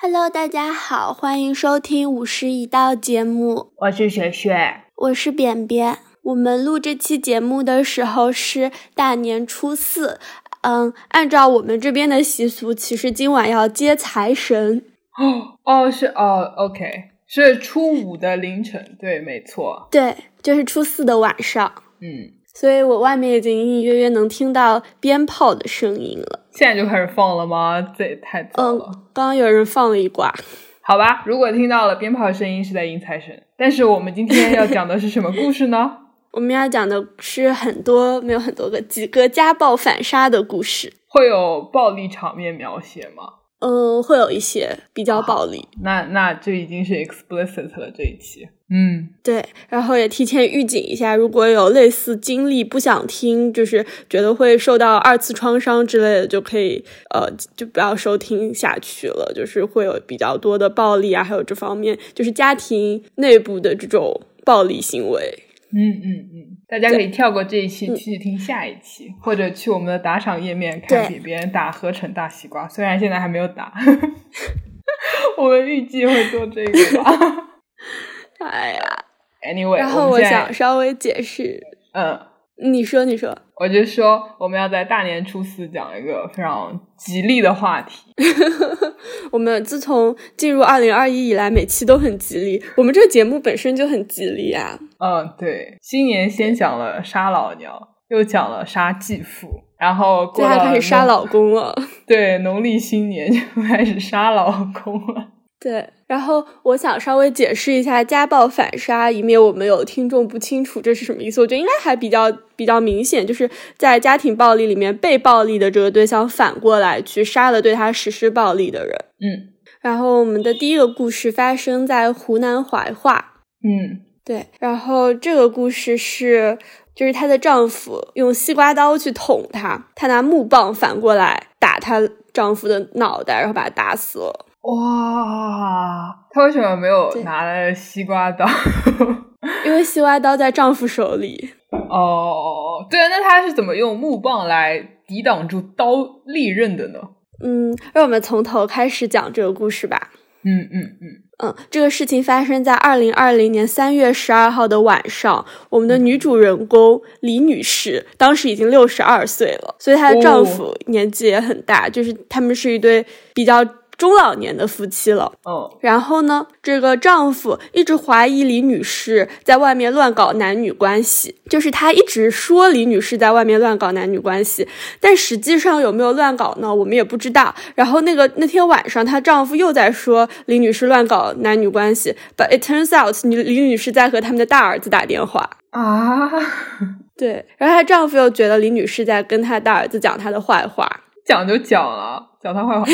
Hello，大家好，欢迎收听《五十一道》节目，我是雪雪，我是扁扁。我们录这期节目的时候是大年初四，嗯，按照我们这边的习俗，其实今晚要接财神。哦哦是哦，OK，是初五的凌晨，对，没错，对，就是初四的晚上，嗯，所以我外面已经隐隐约约能听到鞭炮的声音了。现在就开始放了吗？这也太早嗯了，，刚刚有人放了一挂。好吧。如果听到了鞭炮声音是在迎财神，但是我们今天要讲的是什么故事呢？ 我们要讲的是很多没有很多个几个家暴反杀的故事，会有暴力场面描写吗？嗯，会有一些比较暴力，那那这已经是 explicit 了这一期，嗯，对，然后也提前预警一下，如果有类似经历不想听，就是觉得会受到二次创伤之类的，就可以呃就不要收听下去了，就是会有比较多的暴力啊，还有这方面就是家庭内部的这种暴力行为。嗯嗯嗯，大家可以跳过这一嗯期，继续听下一期，或者去我们的打赏页面看对给别人打合成大西瓜，虽然现在还没有打， 我们预计会做这个吧。哎呀， anyway，然后我我们现在想稍微解释，嗯，你说你说，我就说我们要在大年初四讲一个非常吉利的话题，我们自从进入二零二一以来，每期都很吉利，我们这个节目本身就很吉利啊。嗯，对，新年先讲了杀老娘，又讲了杀继父，然后接过下来了开始杀农，老公了。对，农历新年 就开始杀老公了。对，然后我想稍微解释一下家暴反杀，以免我们有听众不清楚这是什么意思。我觉得应该还比较比较明显，就是在家庭暴力里面，被暴力的这个对象反过来去杀了对他实施暴力的人。嗯然后我们的第一个故事发生在湖南怀化，嗯。对，然后这个故事是，就是她的丈夫用西瓜刀去捅她，她拿木棒反过来打她丈夫的脑袋，然后把她打死了。哇，他为什么没有对拿了西瓜刀？ 因为西瓜刀在丈夫手里，哦，对啊，那他是怎么用木棒来抵挡住刀利刃的呢？嗯，让我们从头开始讲这个故事吧。嗯嗯嗯，嗯，这个事情发生在二零二零年三月十二号的晚上。我们的女主人公李女士当时已经六十二岁了，所以她的丈夫年纪也很大，就是他们是一对比较中老年的夫妻了。哦，然后呢，这个丈夫一直怀疑李女士在外面乱搞男女关系，就是他一直说李女士在外面乱搞男女关系，但实际上有没有乱搞呢？我们也不知道。然后那个那天晚上，她丈夫又在说李女士乱搞男女关系，but it turns out 李李女士在和他们的大儿子打电话。啊，对，然后她丈夫又觉得李女士在跟她大儿子讲她的坏话，讲就讲了，讲他 坏话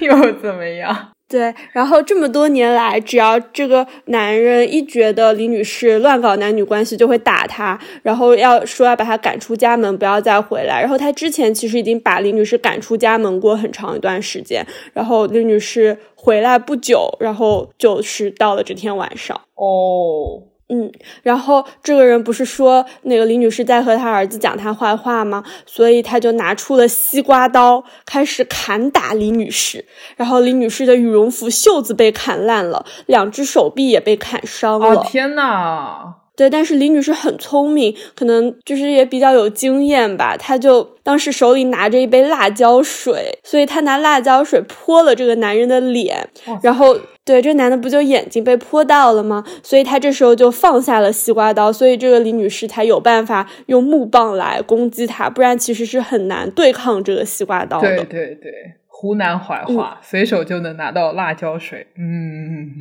又怎么样？对，然后这么多年来，只要这个男人一觉得李女士乱搞男女关系，就会打她，然后要说要把她赶出家门，不要再回来。然后他之前其实已经把李女士赶出家门过很长一段时间，然后李女士回来不久，然后就是到了这天晚上。哦，嗯，然后这个人不是说那个李女士在和她儿子讲她坏话吗？所以他就拿出了西瓜刀，开始砍打李女士。然后李女士的羽绒服袖子被砍烂了，两只手臂也被砍伤了。哦天呐，对，但是李女士很聪明，可能就是也比较有经验吧。她就当时手里拿着一杯辣椒水，所以她拿辣椒水泼了这个男人的脸哇塞，然后对这男的不就眼睛被泼到了吗？所以她这时候就放下了西瓜刀，所以这个李女士才有办法用木棒来攻击他，不然其实是很难对抗这个西瓜刀的。嗯对对对，湖南怀化、随手就能拿到辣椒水，嗯，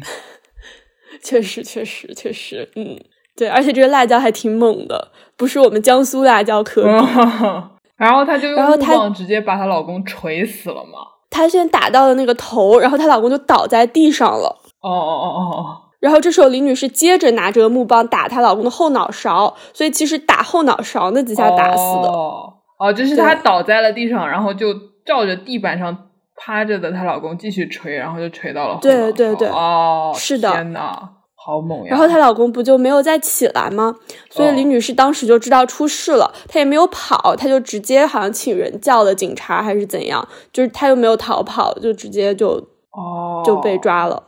确实，确实，确实，嗯，对，而且这个辣椒还挺猛的，不是我们江苏辣椒可比。嗯 然后她就用然后木她棒直接把她老公锤死了嘛。她先打到了那个头，然后她老公就倒在地上了。哦哦然后这时候李女士接着拿这个木棒打她老公的后脑勺，所以其实打后脑勺那几哦哦，下打死的。哦，哦，就是她倒在了地上，然后就照着地板上趴着的她老公继续捶，然后就捶到了后对脑勺对对哦，是的天呐，好猛呀！然后她老公不就没有再起来吗？哦所以李女士当时就知道出事了，她也没有跑，她就直接好像请人叫了警察还是怎样，就是她又没有逃跑，就直接就哦，就被，抓了。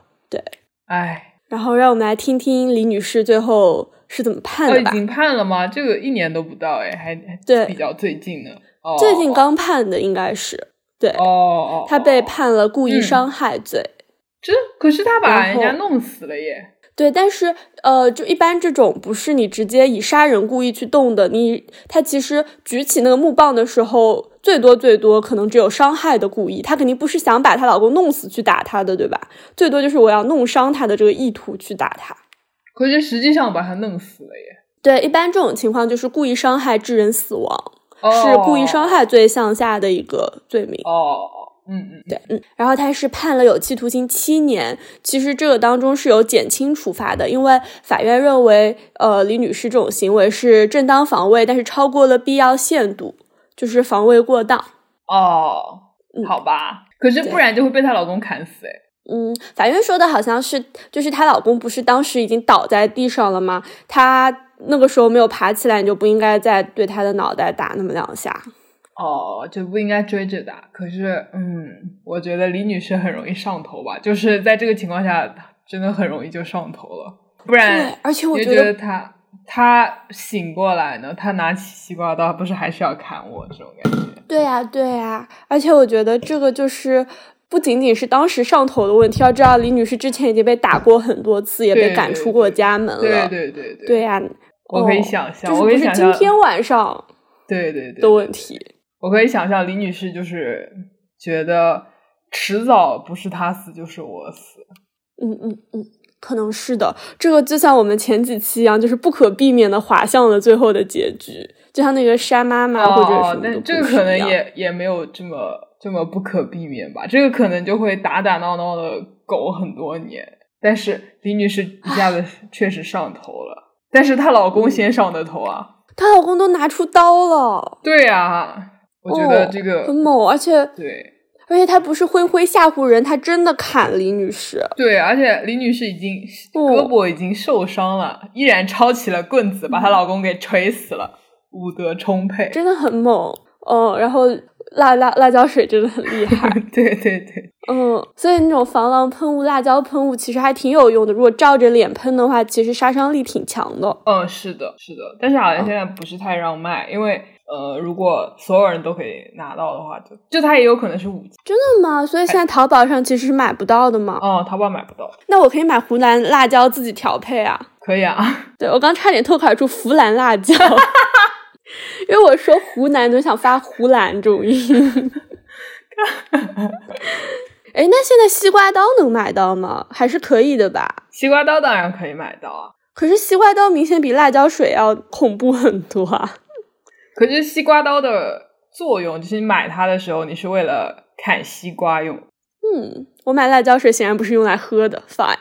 哎，然后让我们来听听李女士最后是怎么判哦，的已吧。经判了吗？这个一年都不到，哎，还还对比较最近呢。哦，最近刚判的应该是，对，哦哦，她被哦，判了故意嗯伤害罪。这可是他把然人后家弄死了耶。对，但是呃，就一般这种不是你直接以杀人故意去动的，你他其实举起那个木棒的时候，最多最多可能只有伤害的故意，她肯定不是想把她老公弄死去打她的，对吧？最多就是我要弄伤她的这个意图去打她。可是实际上把他弄死了耶，对，一般这种情况就是故意伤害致人死亡，哦、是故意伤害罪项下的一个罪名。哦，嗯嗯，对，嗯，然后他是判了有期徒刑七年。其实这个当中是有减轻处罚的，因为法院认为，呃，李女士这种行为是正当防卫，但是超过了必要限度，就是防卫过当。哦，嗯好吧。可是对不然就会被她老公砍死哎。嗯，法院说的好像是，就是她老公不是当时已经倒在地上了吗？她那个时候没有爬起来，你就不应该再对她的脑袋打那么两下。哦，就不应该追着打。可是，嗯，我觉得李女士很容易上头吧，就是在这个情况下，真的很容易就上头了。不然对，，而且我就觉觉得，得她她醒过来呢，她拿起西瓜刀，不是还是要砍我这种感觉？对呀、对呀、而且我觉得这个就是不仅仅是当时上头的问题，要知道李女士之前已经被打过很多次，也被对赶对出过对家门了。对对对对，对呀、我可以哦想象，就是我不可以是想今象，天晚上对对对的，问题。我可以想象李女士就是觉得迟早不是她死就是我死。嗯嗯嗯，可能是的。这个就像我们前几期一样，就是不可避免的滑向了最后的结局，就像那个杀妈妈或者什么哦的，但故这个事可能一样也也没有这么这么不可避免吧，这个可能就会打打闹闹的狗很多年。但是李女士一下子确实上头了，但是她老公先上的头啊，她老公都拿出刀了，对啊，我觉得哦这个、很猛，而且对而且他不是挥挥吓唬人，他真的砍李女士。对，而且李女士已经、哦胳膊已经受伤了，依然抄起了棍子嗯把她老公给锤死了，武德充沛， 真的很猛，嗯，然后辣辣辣椒水真的很厉 害，对对对，嗯，所以那种防狼喷雾、辣椒喷雾其实还挺有用的。如果照着脸喷的话，其实杀伤力挺强的。嗯，是的，是的，但是好像嗯现在不是太让卖，因为呃，如果所有人都可以拿到的话，就就它也有可能是武器，真的吗？所以现在淘宝上其实是买不到的嘛。哦，淘宝买不到，那我可以买湖南辣椒自己调配啊。可以啊， 对，我刚差点脱口而出“湖南辣椒”，因为我说湖南就想发“湖南”这种音。哎，那现在西瓜刀能买到吗？还是可以的吧？西瓜刀当然可以买到啊，可是西瓜刀明显比辣椒水要恐怖很多啊！可是西瓜刀的作用就是你买它的时候，你是为了砍西瓜用，嗯，我买辣椒水显然不是用来喝的，fine。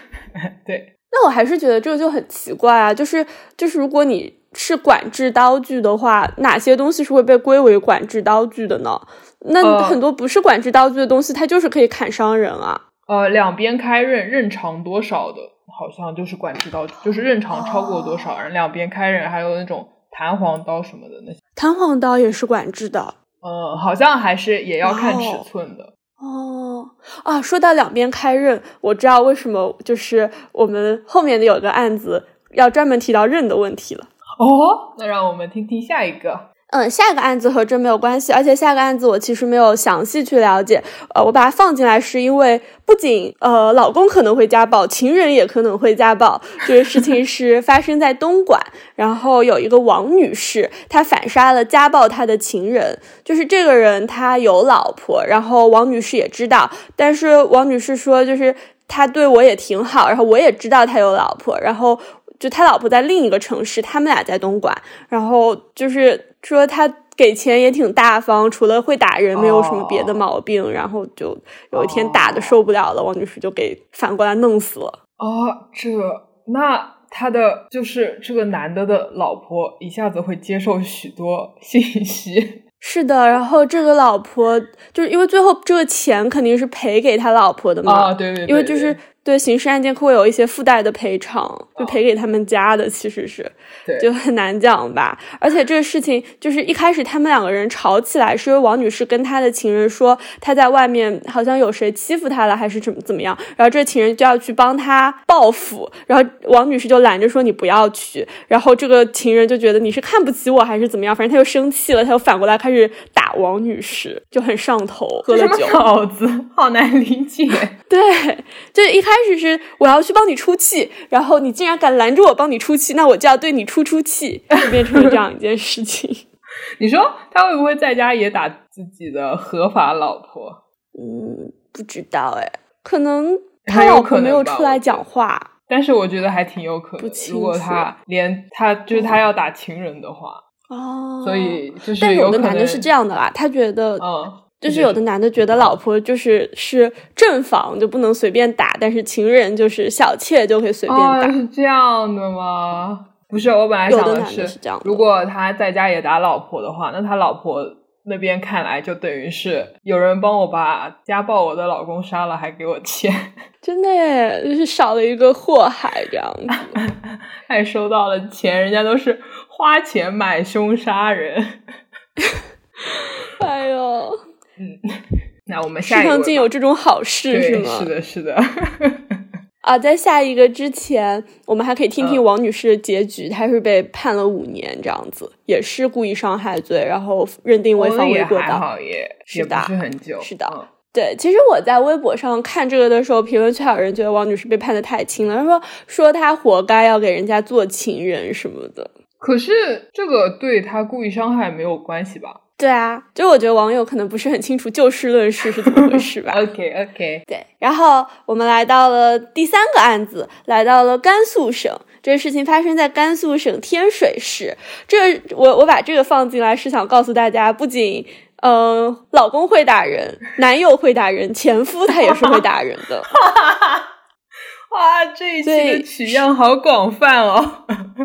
对，那我还是觉得这个就很奇怪啊，就是就是如果你是管制刀具的话，哪些东西是会被归为管制刀具的呢？那呃很多不是管制刀具的东西，它就是可以砍伤人啊。呃，两边开刃，刃长多少的，好像就是管制刀，就是刃长超过多少，然后两边开刃，还有那种弹簧刀什么的那些，弹簧刀也是管制的呃，好像还是也要看尺哇哦寸的。哦啊！说到两边开刃，我知道为什么就是我们后面的有个案子要专门提到刃的问题了。哦，那让我们听听下一个。嗯，下个案子和这没有关系，而且下个案子我其实没有详细去了解。呃，我把它放进来是因为不仅呃老公可能会家暴，情人也可能会家暴。这个事情是发生在东莞，然后有一个王女士，她反杀了家暴她的情人。就是这个人他有老婆，然后王女士也知道，但是王女士说就是他对我也挺好，然后我也知道他有老婆，然后。就他老婆在另一个城市，他们俩在东莞，然后就是说他给钱也挺大方，除了会打人没有什么别的毛病。然后就有一天打的受不了了，王女士就给反过来弄死了。哦，这那他的就是这个男的的老婆一下子会接受许多信息。是的，然后这个老婆就是因为最后这个钱肯定是赔给他老婆的嘛，啊，对对对因为就是对哦对刑事案件会有一些附带的赔偿，就赔给他们家的，其实是，对就很难讲吧。而且这个事情就是一开始他们两个人吵起来，是因为王女士跟她的情人说她在外面好像有谁欺负她了，还是怎么怎么样，然后这情人就要去帮她报复，然后王女士就拦着说你不要去，然后这个情人就觉得你是看不起我还是怎么样，反正他就生气了，他又反过来开始打王女士，就很上头，喝了这酒什么。稿子好难理解。 对，就一开始是我要去帮你出气，然后你竟然敢拦着我帮你出气，那我就要对你出出气，就变成了这样一件事情。你说他会不会在家也打自己的合法老婆？ 嗯，不知道哎，可能他很有老可婆能没有吧出我来觉讲话，但是我觉得还挺有可不能，清如果楚他连他就是他要打情人的话，哦，所。以就是但有有的可男能的是这样的啦，他觉得嗯，就是有的男的觉得老婆就是是正房就不能随便打，但是情人就是小妾就可以随便哦， 打。是这样的吗？不是，我本来有想的的男的是这样的如果他在家也打老婆的话，那他老婆那边看来就等于是有人帮我把家暴我的老公杀了，还给我钱， 真的耶，就是少了一个祸害这 样子。还收到了钱，人家都是花钱买凶杀人。哎呦，那我们世下一上位竟吧有这种好事是对，吗？是的，是的，啊，在下一个之前，我们还可以听听嗯王女士的结局，她是被判了五年这样子，也是故意伤害罪，然后认定为我防也卫过还当。好耶，是也不的是很久，是的嗯对，其实我在微博上看这个的时候，评论区还有人觉得王女士被判的太轻了，说说她活该要给人家做情人什么的。可是这个对他故意伤害没有关系吧对啊，就我觉得网友可能不是很清楚就事论事是怎么回事 吧。 ？OK OK，对，然后我们来到了第三个案子，来到了甘肃省。这个事情发生在甘肃省天水市。这我我把这个放进来是想告诉大家，不仅嗯、呃老公会打人，男友会打人，前夫他也是会打人 的。哇，这一期的对取样好广泛哦。 所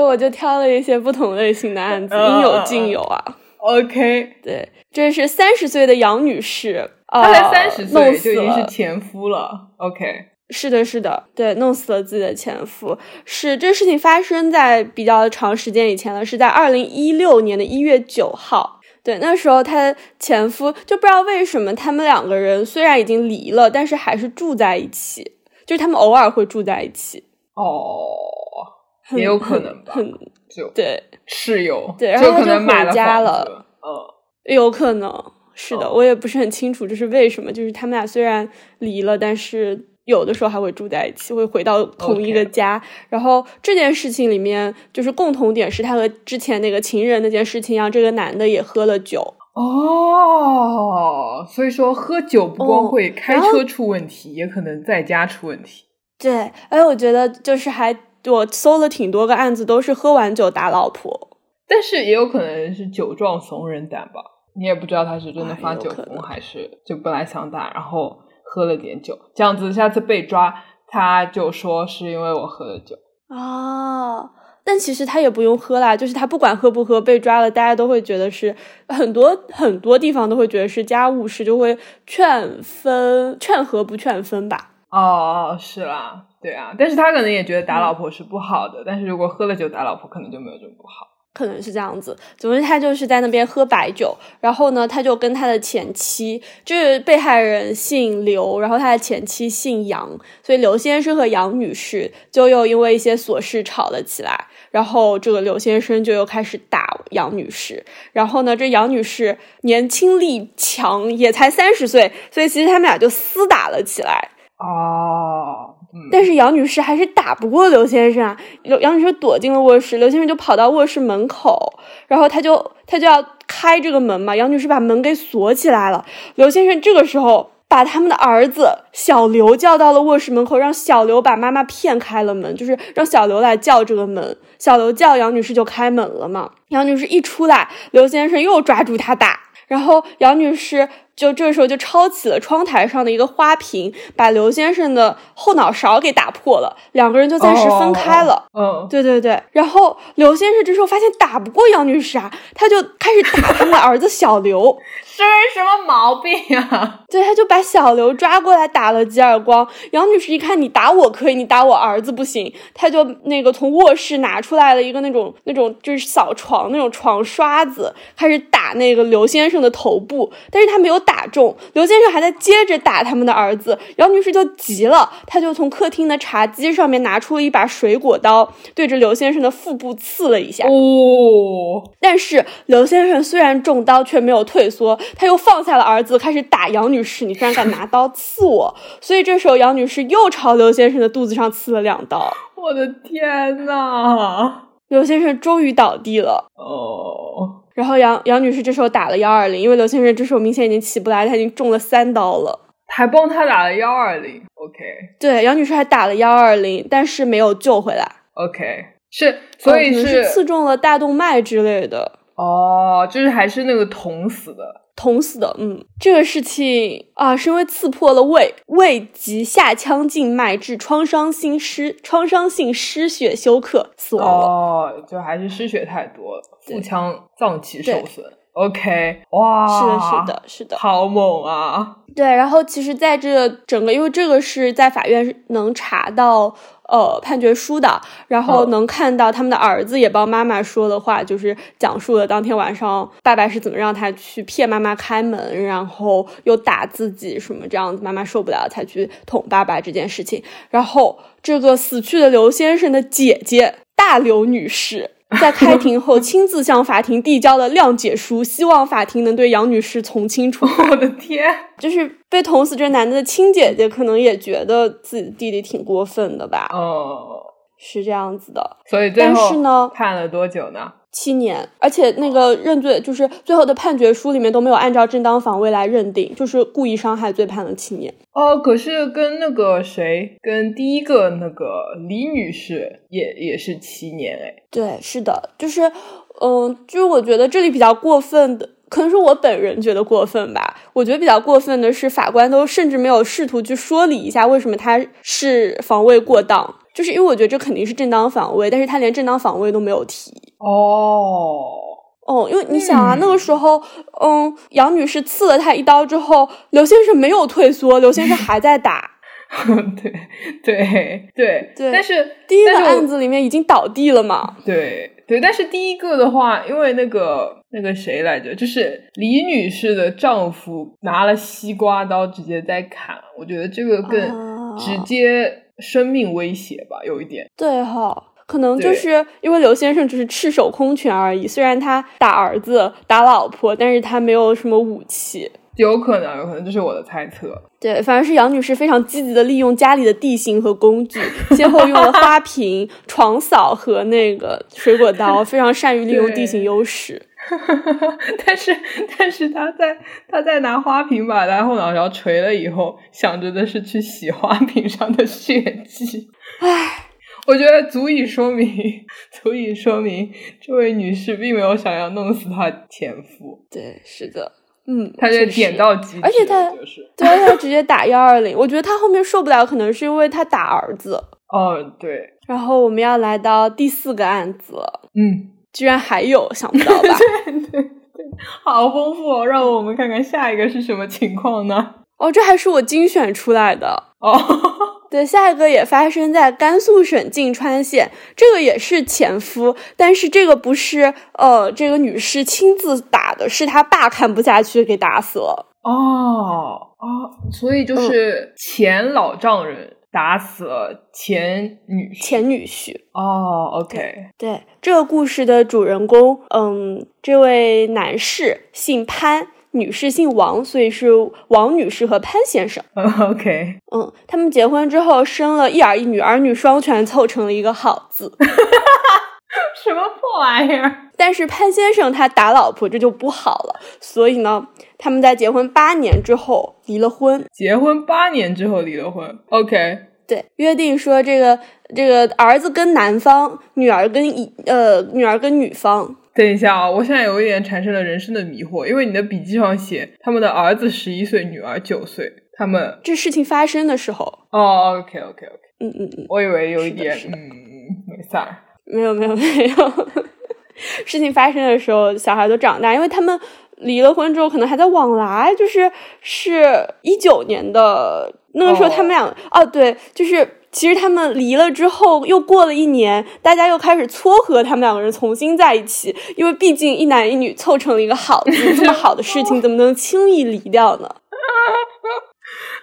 以哎我就挑了一些不同类型的案子，嗯应有尽有啊。 OK，对，这是三十岁的杨女士，呃、他才三十弄岁就死已经是了前夫了。OK，是的，是的，对，弄死了自己的前夫，是这事情发生在比较长时间以前了，是在二零一六年的一月九号。对，那时候她前夫就不知道为什么，他们两个人虽然已经离了，但是还是住在一起，就是他们偶尔会住在一起，哦，很也有可能吧很很就对，室友，对然后就他可就能买回家房了子。嗯，有可能是的，哦我也不是很清楚这是为什么。就是他们俩虽然离了，但是有的时候还会住在一起，会回到同一个 OK 家。然后这件事情里面，就是共同点是他和之前那个情人那件事情一样，这个男的也喝了酒。哦，所以说喝酒不光哦会开然后车出问题，也可能在家出问题。对，哎，我觉得就是还我搜了挺多个案子，都是喝完酒打老婆。但是也有可能是酒壮怂人胆吧，你也不知道他是真的啊发有酒可疯，能还是就本来想打，然后喝了点酒，这样子下次被抓，他就说是因为我喝了酒。哦，但其实他也不用喝啦，就是他不管喝不喝，被抓了，大家都会觉得是很多很多地方都会觉得是家务事，就会劝分、劝和不劝分吧。哦，是啦，对啊，但是他可能也觉得打老婆是不好的，但是如果喝了酒打老婆，可能就没有这么不好。可能是这样子，总之他就是在那边喝白酒，然后呢，他就跟他的前妻，就是被害人姓刘，然后他的前妻姓杨，所以刘先生和杨女士就又因为一些琐事吵了起来，然后这个刘先生就又开始打杨女士，然后呢，这杨女士年轻力强，也才三十岁，所以其实他们俩就厮打了起来，哦，嗯，但是杨女士还是打不过刘先生啊，刘杨女士躲进了卧室，刘先生就跑到卧室门口，然后他就他就要开这个门嘛，杨女士把门给锁起来了。刘先生这个时候把他们的儿子小刘叫到了卧室门口，让小刘把妈妈骗开了门，就是让小刘来叫这个门。小刘叫杨女士就开门了嘛，杨女士一出来，刘先生又抓住她打。然后杨女士就这时候就抄起了窗台上的一个花瓶，把刘先生的后脑勺给打破了，两个人就暂时分开了。嗯，对对对，然后刘先生这时候发现打不过杨女士啊，他就开始打他的儿子小刘， 这人什么毛病啊？对，他就把小刘抓过来打了几耳光。杨女士一看你打我可以，你打我儿子不行，他就那个从卧室拿出来了一个那种那种就是扫床那种床刷子，开始打那个刘先生的头部，但是他没有打中，刘先生还在接着打他们的儿子。杨女士就急了，她就从客厅的茶几上面拿出了一把水果刀，对着刘先生的腹部刺了一下。哦，但是刘先生虽然中刀，却没有退缩，他又放下了儿子，开始打杨女士。你居然敢拿刀刺我！所以这时候杨女士又朝刘先生的肚子上刺了两刀，我的天呐！刘先生终于倒地了。哦，然后杨杨女士这时候打了幺二零，因为刘先生这时候明显已经起不来，他已经中了三刀了。还帮他打了幺二零，OK 对，杨女士还打了幺二零，但是没有救回来， OK，是，所以哦可能是是刺中了大动脉之类的。哦，就是还是那个捅死的，捅死的，嗯，这个事情啊，是因为刺破了胃，胃及下腔静脉致创伤性失创伤性失血休克死亡了。哦，就还是失血太多了，对腹腔脏器对受损，OK，哇，是的，是，的，是的，好猛啊！ 对。然后其实，在这整个，因为这个是在法院是能查到呃判决书的，然后嗯能看到他们的儿子也帮妈妈说的话，就是讲述了当天晚上爸爸是怎么让他去骗妈妈开门，然后又打自己什么这样子，妈妈受不了才去捅爸爸这件事情。然后这个死去的刘先生的姐姐大刘女士。在开庭后，亲自向法庭递交了谅解书，希望法庭能对杨女士从轻处罚。我的天，就是被捅死这男的亲姐姐，可能也觉得自己弟弟挺过分的吧，哦，是这样子的。所以最但后是呢，判了多久呢？七年，而且那个认罪就是最后的判决书里面都没有按照正当防卫来认定，就是故意伤害罪判了七年。哦，可是跟那个谁，跟第一个那个李女士也也是七年哎，对，是的，就是，嗯、就是我觉得这里比较过分的。可能是我本人觉得过分吧，我觉得比较过分的是法官都甚至没有试图去说理一下为什么他是防卫过当，就是因为我觉得这肯定是正当防卫，但是他连正当防卫都没有提。哦，哦，因为你想啊，嗯那个时候，嗯，杨女士刺了他一刀之后，刘先生没有退缩，刘先生还在打。 对对对对但是第一个但是我案子里面已经倒地了嘛，对对，但是第一个的话，因为那个那个谁来着，就是李女士的丈夫拿了西瓜刀直接在砍，我觉得这个更啊直接生命威胁吧，有一点。对哈、可能就对是因为刘先生只是赤手空拳而已，虽然他打儿子、打老婆，但是他没有什么武器。有可能，有可能这是我的猜测。对，反而是杨女士非常积极的利用家里的地形和工具，先后用了花瓶、 床扫和那个水果刀，非常善于利用地形对优势。 但是，但是她在她在拿花瓶把她后脑勺捶了以后，想着的是去洗花瓶上的血迹。唉，我觉得足以说明， 足以说明这位女士并没有想要弄死她前夫，对，是的，嗯，她就确实点到即止了，而且她就是对，而且他直接打幺二零，我觉得他后面受不了，可能是因为他打儿子。哦，对，然后我们要来到第四个案子了，嗯，居然还有，想不到吧？好丰富哦，让我们看看下一个是什么情况呢？哦，这还是我精选出来的。哦，对，下一个也发生在甘肃省泾川县，这个也是前夫，但是这个不是呃这个女士亲自打的，是她爸看不下去给打死了。哦哦，所嗯以就是前老丈人打死了前女婿前女婿，哦，OK，对这个故事的主人公，嗯，这位男士姓潘，女士姓王，所以是王女士和潘先生。嗯 OK， 嗯，他们结婚之后生了一儿一女，儿女双全，凑成了一个好字。什么破玩意儿？但是潘先生他打老婆，这就不好了。所以呢，他们在结婚八年之后离了婚。结婚八年之后离了婚，OK，对，约定说这个这个儿子跟男方，女儿跟乙呃女儿跟女方。等一下啊，我现在有一点产生了人生的迷惑，因为你的笔记上写他们的儿子十一岁，女儿九岁，他们这事情发生的时候，哦，OK OK OK，嗯嗯嗯，我以为有是一的点是的嗯没事儿，没有没有没有， 事情发生的时候，小孩都长大，因为他们离了婚之后，可能还在往来，就是是一九年的那个时候，哦他们俩哦、啊，对，就是其实他们离了之后，又过了一年，大家又开始撮合他们两个人重新在一起，因为毕竟一男一女凑成了一个好的，这么好的事情怎么能轻易离掉呢？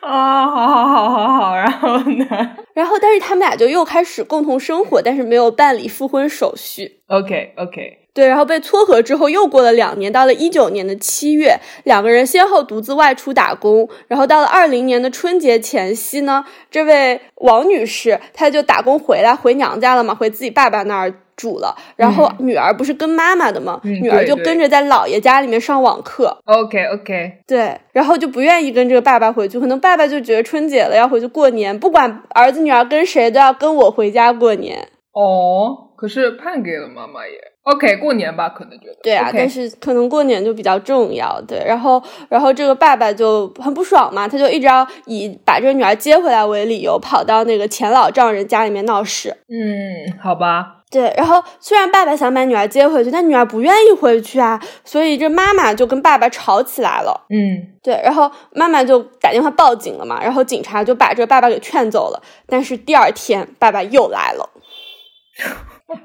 啊，好好好好好，然后呢然后，但是他们俩就又开始共同生活，但是没有办理复婚手续。 ？OK OK，对，然后被撮合之后，又过了两年，到了一九年的七月，两个人先后独自外出打工。然后到了二零年的春节前夕呢，这位王女士她就打工回来，回娘家了嘛，回自己爸爸那儿住了。然后女儿不是跟妈妈的嘛，嗯女儿对就对跟着在姥爷家里面上网课。 OK OK，对，然后就不愿意跟这个爸爸回去，可能爸爸就觉得春节了要回去过年，不管儿子女儿跟谁都要跟我回家过年。哦，可是判给了妈妈耶。OK，过年吧，可能觉得对啊 OK 但是可能过年就比较重要，对。然后，然后这个爸爸就很不爽嘛，他就一直要以把这个女儿接回来为理由，跑到那个前老丈人家里面闹事。嗯，好吧，对，然后虽然爸爸想把女儿接回去，但女儿不愿意回去啊，所以这妈妈就跟爸爸吵起来了。嗯，对，然后妈妈就打电话报警了嘛，然后警察就把这个爸爸给劝走了。但是第二天，爸爸又来 了，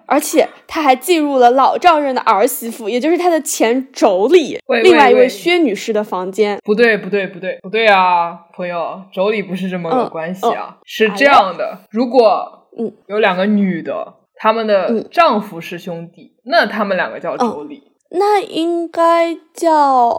而且他还进入了老丈人的儿媳妇，也就是他的前妯娌，喂另外一喂位喂薛女士的房间。不对，不对，不对，不对啊，朋友，妯娌不是这么个嗯关系啊，是这样的，如果嗯有两个女的，她们的嗯丈夫是兄弟，那她们两个叫妯娌。那应该叫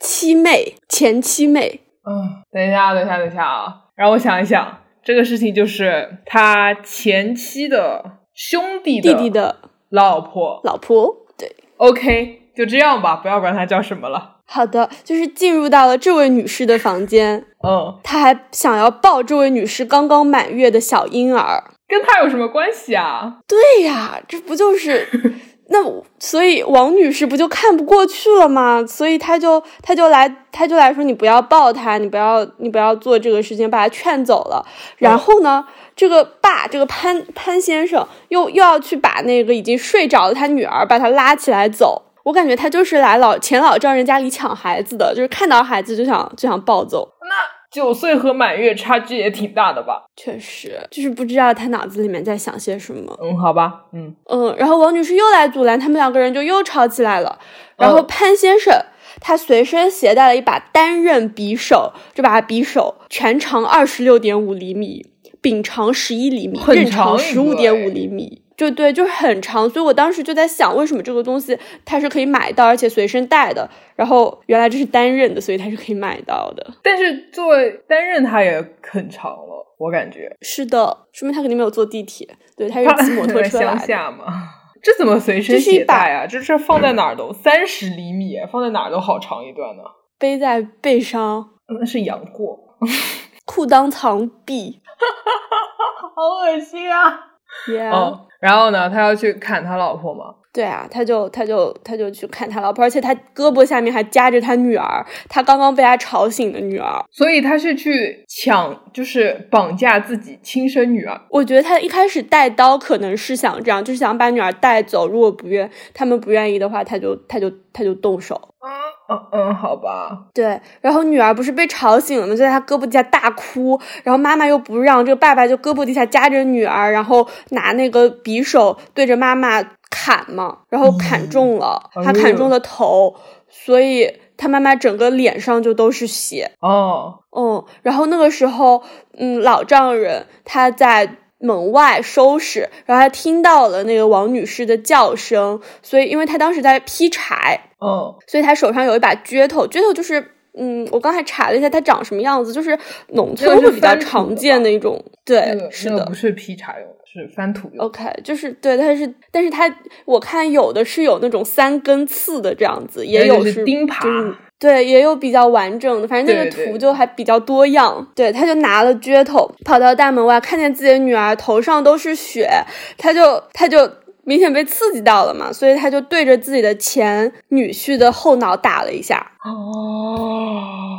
七妹，前七妹。嗯，等一下，等一下，等一下啊！让我想一想，这个事情就是他前妻的兄弟弟弟的老婆。老婆，对， OK，就这样吧，不要管他叫什么了。好的，就是进入到了这位女士的房间，嗯，他还想要抱这位女士刚刚满月的小婴儿。跟他有什么关系啊？对呀，这不就是那我所以王女士不就看不过去了吗？所以她就她就来她就来说你不要抱他，你不要你不要做这个事情，把他劝走了。然后呢，这个爸这个潘潘先生又又要去把那个已经睡着的他女儿把他拉起来走。我感觉他就是来老前老丈人家里抢孩子的，就是看到孩子就想就想抱走。九岁和满月差距也挺大的吧？确实，就是不知道他脑子里面在想些什么。嗯，好吧，嗯，嗯，然后王女士又来阻拦，他们两个人就又吵起来了。然后嗯潘先生、他随身携带了一把单刃匕首，这把匕首全长二十六点五厘米，柄长十一厘米，很刃长长一十个五点五哎厘米。就对，就是很长，所以我当时就在想，为什么这个东西它是可以买到，而且随身带的？然后原来这是单刃的，所以它是可以买到的。但是作为担任他也很长了，我感觉是的，说明他肯定没有坐地铁，对，他他是骑摩托在车来乡的。下嘛。这怎么随身这是一携带啊？这是放在哪儿都三十厘米，放在哪儿都好长一段呢。嗯背在背上，那是杨过。裤裆藏臂。好恶心啊！ Yeah 哦，然后呢，他要去砍他老婆嘛？对啊，他就他就他就去看他老婆，而且他胳膊下面还夹着他女儿，他刚刚被他吵醒的女儿。所以他是去抢，就是绑架自己亲生女儿。我觉得他一开始带刀可能是想这样，就是想把女儿带走，如果不愿他们不愿意的话，他就他就他就动手。嗯嗯，好吧。对，然后女儿不是被吵醒了吗？就在他胳膊底下大哭，然后妈妈又不让，这个爸爸就胳膊底下夹着女儿，然后拿那个匕首对着妈妈砍嘛，然后砍中了，嗯他哎砍呦中了头，所以他妈妈整个脸上就都是血。哦，嗯，然后那个时候，嗯，老丈人他在门外收拾，然后他听到了那个王女士的叫声，所以因为他当时在劈柴，嗯所以他手上有一把撅头，撅头就是。嗯，我刚才查了一下，它长什么样子，就是农村那个会是比较翻土常的见吧的一种，那对个，是那的个不，是劈柴用的，是翻土用的。 OK，就是对，但是但是它我看有的是有那种三根刺的这样子，也那就有是钉就耙是对，也有比较完整的，反正那个对对图就还比较多样。对他就拿了撅头跑到大门外，看见自己的女儿头上都是血，他就他就。明显被刺激到了嘛，所以他就对着自己的前女婿的后脑打了一下。哦，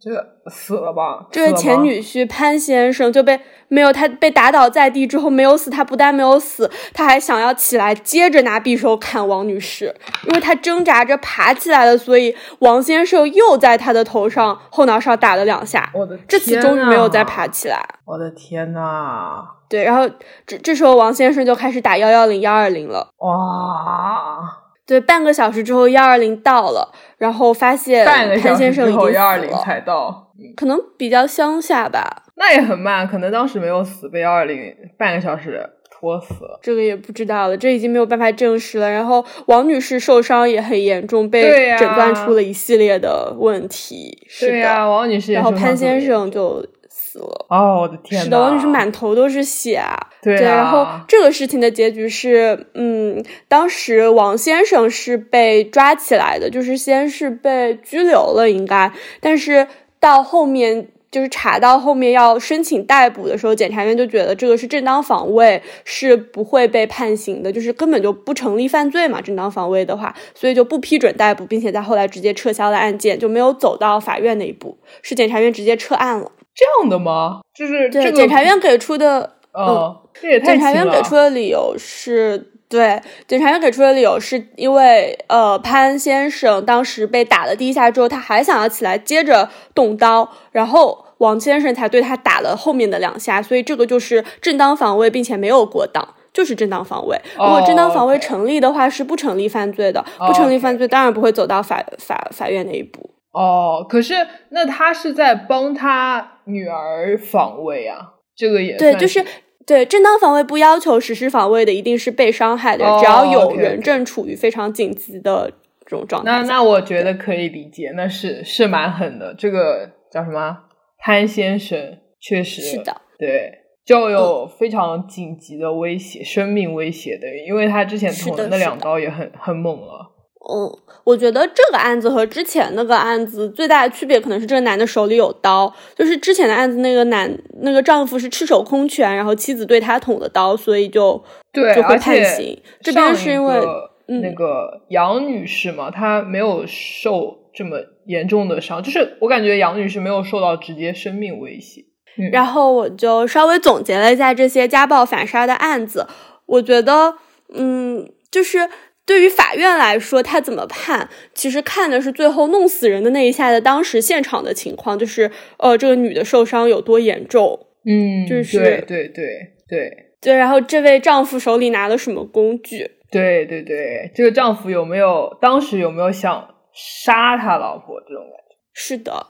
这个死了吧？这位死了前吗女婿潘先生就被没有他被打倒在地之后没有死，他不但没有死，他还想要起来接着拿匕首砍王女士，因为他挣扎着爬起来了，所以王先生又在他的头上后脑勺打了两下。我的天这次终于没有再啊爬起来，我的天呐！对，然后这这时候王先生就开始打幺幺零幺二零了。哇，对，半个小时之后幺二零到了，然后发现半个潘小时先生之已经后死幺二零了，才到，可能比较乡下吧，那也很慢，可能当时没有死，被幺二零半个小时拖死了。这个也不知道了，这已经没有办法证实了。然后王女士受伤也很严重，对被呀诊断出了一系列的问题。是对的，呀、王女士也然后受伤潘特别先生就死了。哦，我的天呐！是的，王女士满头都是血啊。对啊，对，然后这个事情的结局是，嗯，当时王先生是被抓起来的，就是先是被拘留了，应该，但是到后面。就是查到后面要申请逮捕的时候，检察院就觉得这个是正当防卫，是不会被判刑的，就是根本就不成立犯罪嘛。正当防卫的话，所以就不批准逮捕，并且在后来直接撤销了案件，就没有走到法院那一步，是检察院直接撤案了。这样的吗？就是对，这个检察院给出的哦，这也太检察轻院了给出的理由是。对，检察院给出的理由是因为，呃，潘先生当时被打了第一下之后，他还想要起来接着动刀，然后王先生才对他打了后面的两下，所以这个就是正当防卫，并且没有过当，就是正当防卫。如果正当防卫哦，OK 成立的话，是不成立犯罪的，哦不成立 OK 犯罪当然不会走到法法法院那一步。哦，可是那他是在帮他女儿防卫啊，这个也对，算就是对正当防卫不要求实施防卫的一定是被伤害的人，哦只要有 OK，OK 人正处于非常紧急的这种状态那下。那我觉得可以理解，那是是蛮狠的。这个叫什么潘先生，确实是的，嗯对，就有非常紧急的威胁，生命威胁的，因为他之前是捅的那是两的刀也很很猛了。嗯，我觉得这个案子和之前那个案子最大的区别可能是这个男的手里有刀，就是之前的案子那个男那个丈夫是赤手空拳，然后妻子对他捅的刀，所以就对，就会而判且刑。这边是因为上一个嗯那个杨女士嘛，她没有受这么严重的伤，就是我感觉杨女士没有受到直接生命威胁。嗯然后我就稍微总结了一下这些家暴反杀的案子，我觉得，嗯，就是对于法院来说，他怎么判，其实看的是最后弄死人的那一下的当时现场的情况，就是呃，这个女的受伤有多严重，嗯，就是对对对对对，然后这位丈夫手里拿了什么工具，对对对，这个丈夫有没有当时有没有想杀他老婆这种感觉？是的，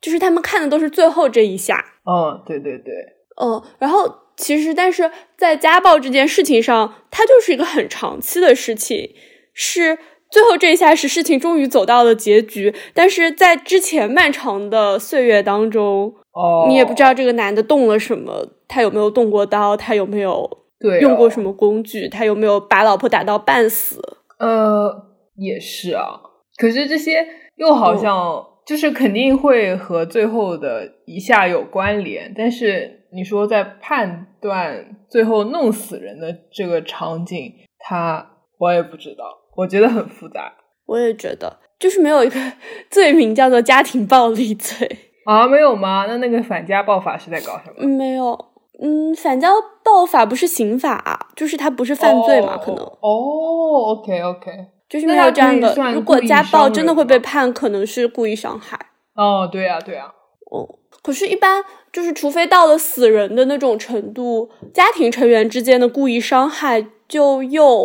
就是他们看的都是最后这一下，嗯，对对对，嗯，然后其实，但是在家暴这件事情上，它就是一个很长期的事情，是最后这一下是事情终于走到了结局，但是在之前漫长的岁月当中，哦，你也不知道这个男的动了什么，他有没有动过刀，他有没有对、哦用过什么？么工具，他有没有把老婆打到半死，呃，也是啊，可是这些又嗯好像就是肯定会和最后的一下有关联，但是你说在判断最后弄死人的这个场景，他我也不知道，我觉得很复杂我也觉得就是没有一个 罪名叫做家庭暴力罪。啊，没有吗？那那个反家暴法是在搞什么？没有，嗯，反家暴法不是刑法、就是它不是犯罪嘛，可能哦，OK OK，就是那没它有这样可以的。算如故果意家暴伤真的人会被吗判，可能是故意伤害。哦，对呀、对呀、嗯，可是，一般就是除非到了死人的那种程度，家庭成员之间的故意伤害就又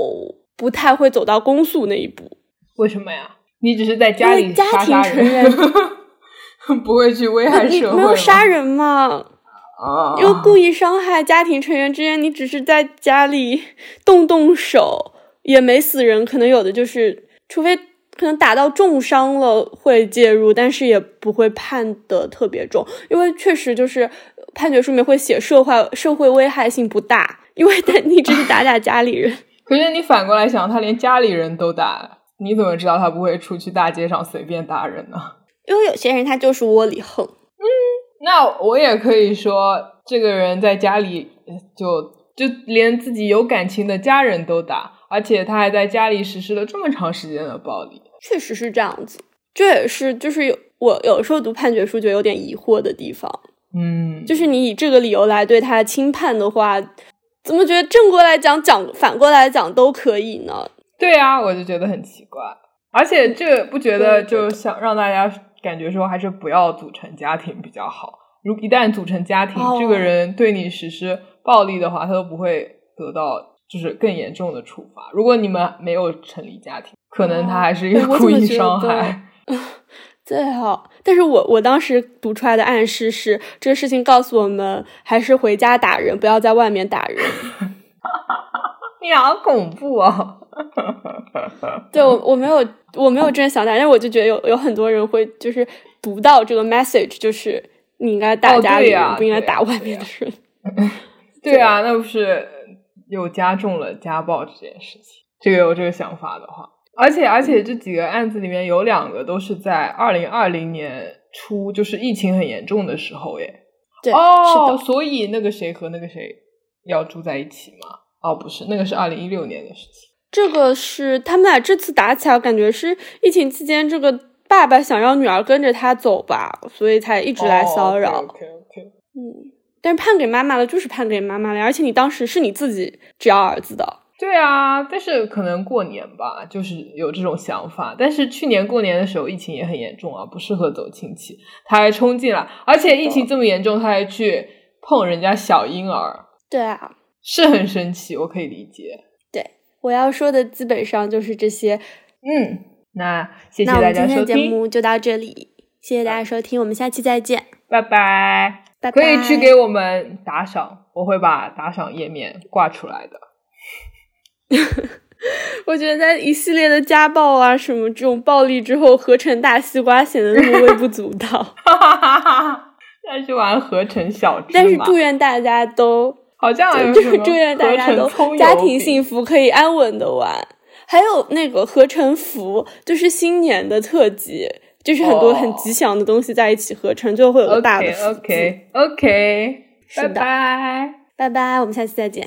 不太会走到公诉那一步。为什么呀？你只是在家因里为家杀杀庭成员人， 不会去危害你社会没有吗杀人嘛？啊，因为故意伤害家庭成员之间，你只是在家里动动手，也没死人，可能有的就是，除非可能打到重伤了会介入，但是也不会判的特别重，因为确实就是判决书里面会写社会社会危害性不大，因为 但你只是打打家里人，可是你反过来想，他连家里人都打，你怎么知道他不会出去大街上随便打人呢？ 因为有些人他就是窝里横，那我也可以说，这个人在家里就就连自己有感情的家人都打，而且他还在家里实施了这么长时间的暴力。确实是这样子，这也是就是有我有时候读判决书就有点疑惑的地方，嗯，就是你以这个理由来对他轻判的话，怎么觉得正过来讲讲反过来讲都可以呢？对啊，我就觉得很奇怪。而嗯且这不觉得就想让大家感觉说，还是不要组成家庭比较好。如一旦组成家庭，哦这个人对你实施暴力的话，他都不会得到就是更严重的处罚。如果你们没有成立家庭，可能他还是一哦哎个我故怎么意觉得 伤害。最好，但是我我当时读出来的暗示是，这个事情告诉我们还是回家打人，不要在外面打人。你好恐怖啊！对我我没有我没有真的想打，但是我就觉得有有很多人会就是读到这个 message，就是你应该打哦家里对人，呀不应该打对呀外面的人。对啊，那不是又加重了家暴这件事情。这个有这个想法的话，而且而嗯且这几个案子里面有两个都是在二零二零年初，就是疫情很严重的时候耶。对，哦，是的，所以那个谁和那个谁要住在一起吗？哦，不是，那个是二零一六年的事情。这个是他们俩这次打起来，我感觉是疫情期间这个爸爸想让女儿跟着他走吧，所以才一直哦来骚扰。 OK OK。嗯，但是判给妈妈了就是判给妈妈了，而且你当时是你自己只要儿子的。对啊，但是可能过年吧，就是有这种想法。但是去年过年的时候，疫情也很严重啊，不适合走亲戚，他还冲进来，而且疫情这么严重，他还去碰人家小婴儿，对啊，是很生气，我可以理解。我要说的基本上就是这些。嗯，那谢谢那我大们家今天的收节听，目就到这里，谢谢大家收听，我们下期再见，拜拜。拜拜。可以去给我们打赏，我会把打赏页面挂出 来的。我觉得在一系列的家暴啊什么这种暴力之后，合成大西瓜显得那么微不足 道。哈哈哈哈！再去玩合成小芝麻，但是祝愿大家都好像还 有就什是么祝愿大家合成都葱油家庭饼幸福，可以安稳的玩。还有那个合成符，就是新年的特辑，就是很多哦很吉祥的东西在一起合成，最后会有个大的 OK 福字。 OK OK，是拜的拜。拜拜，我们下期再见。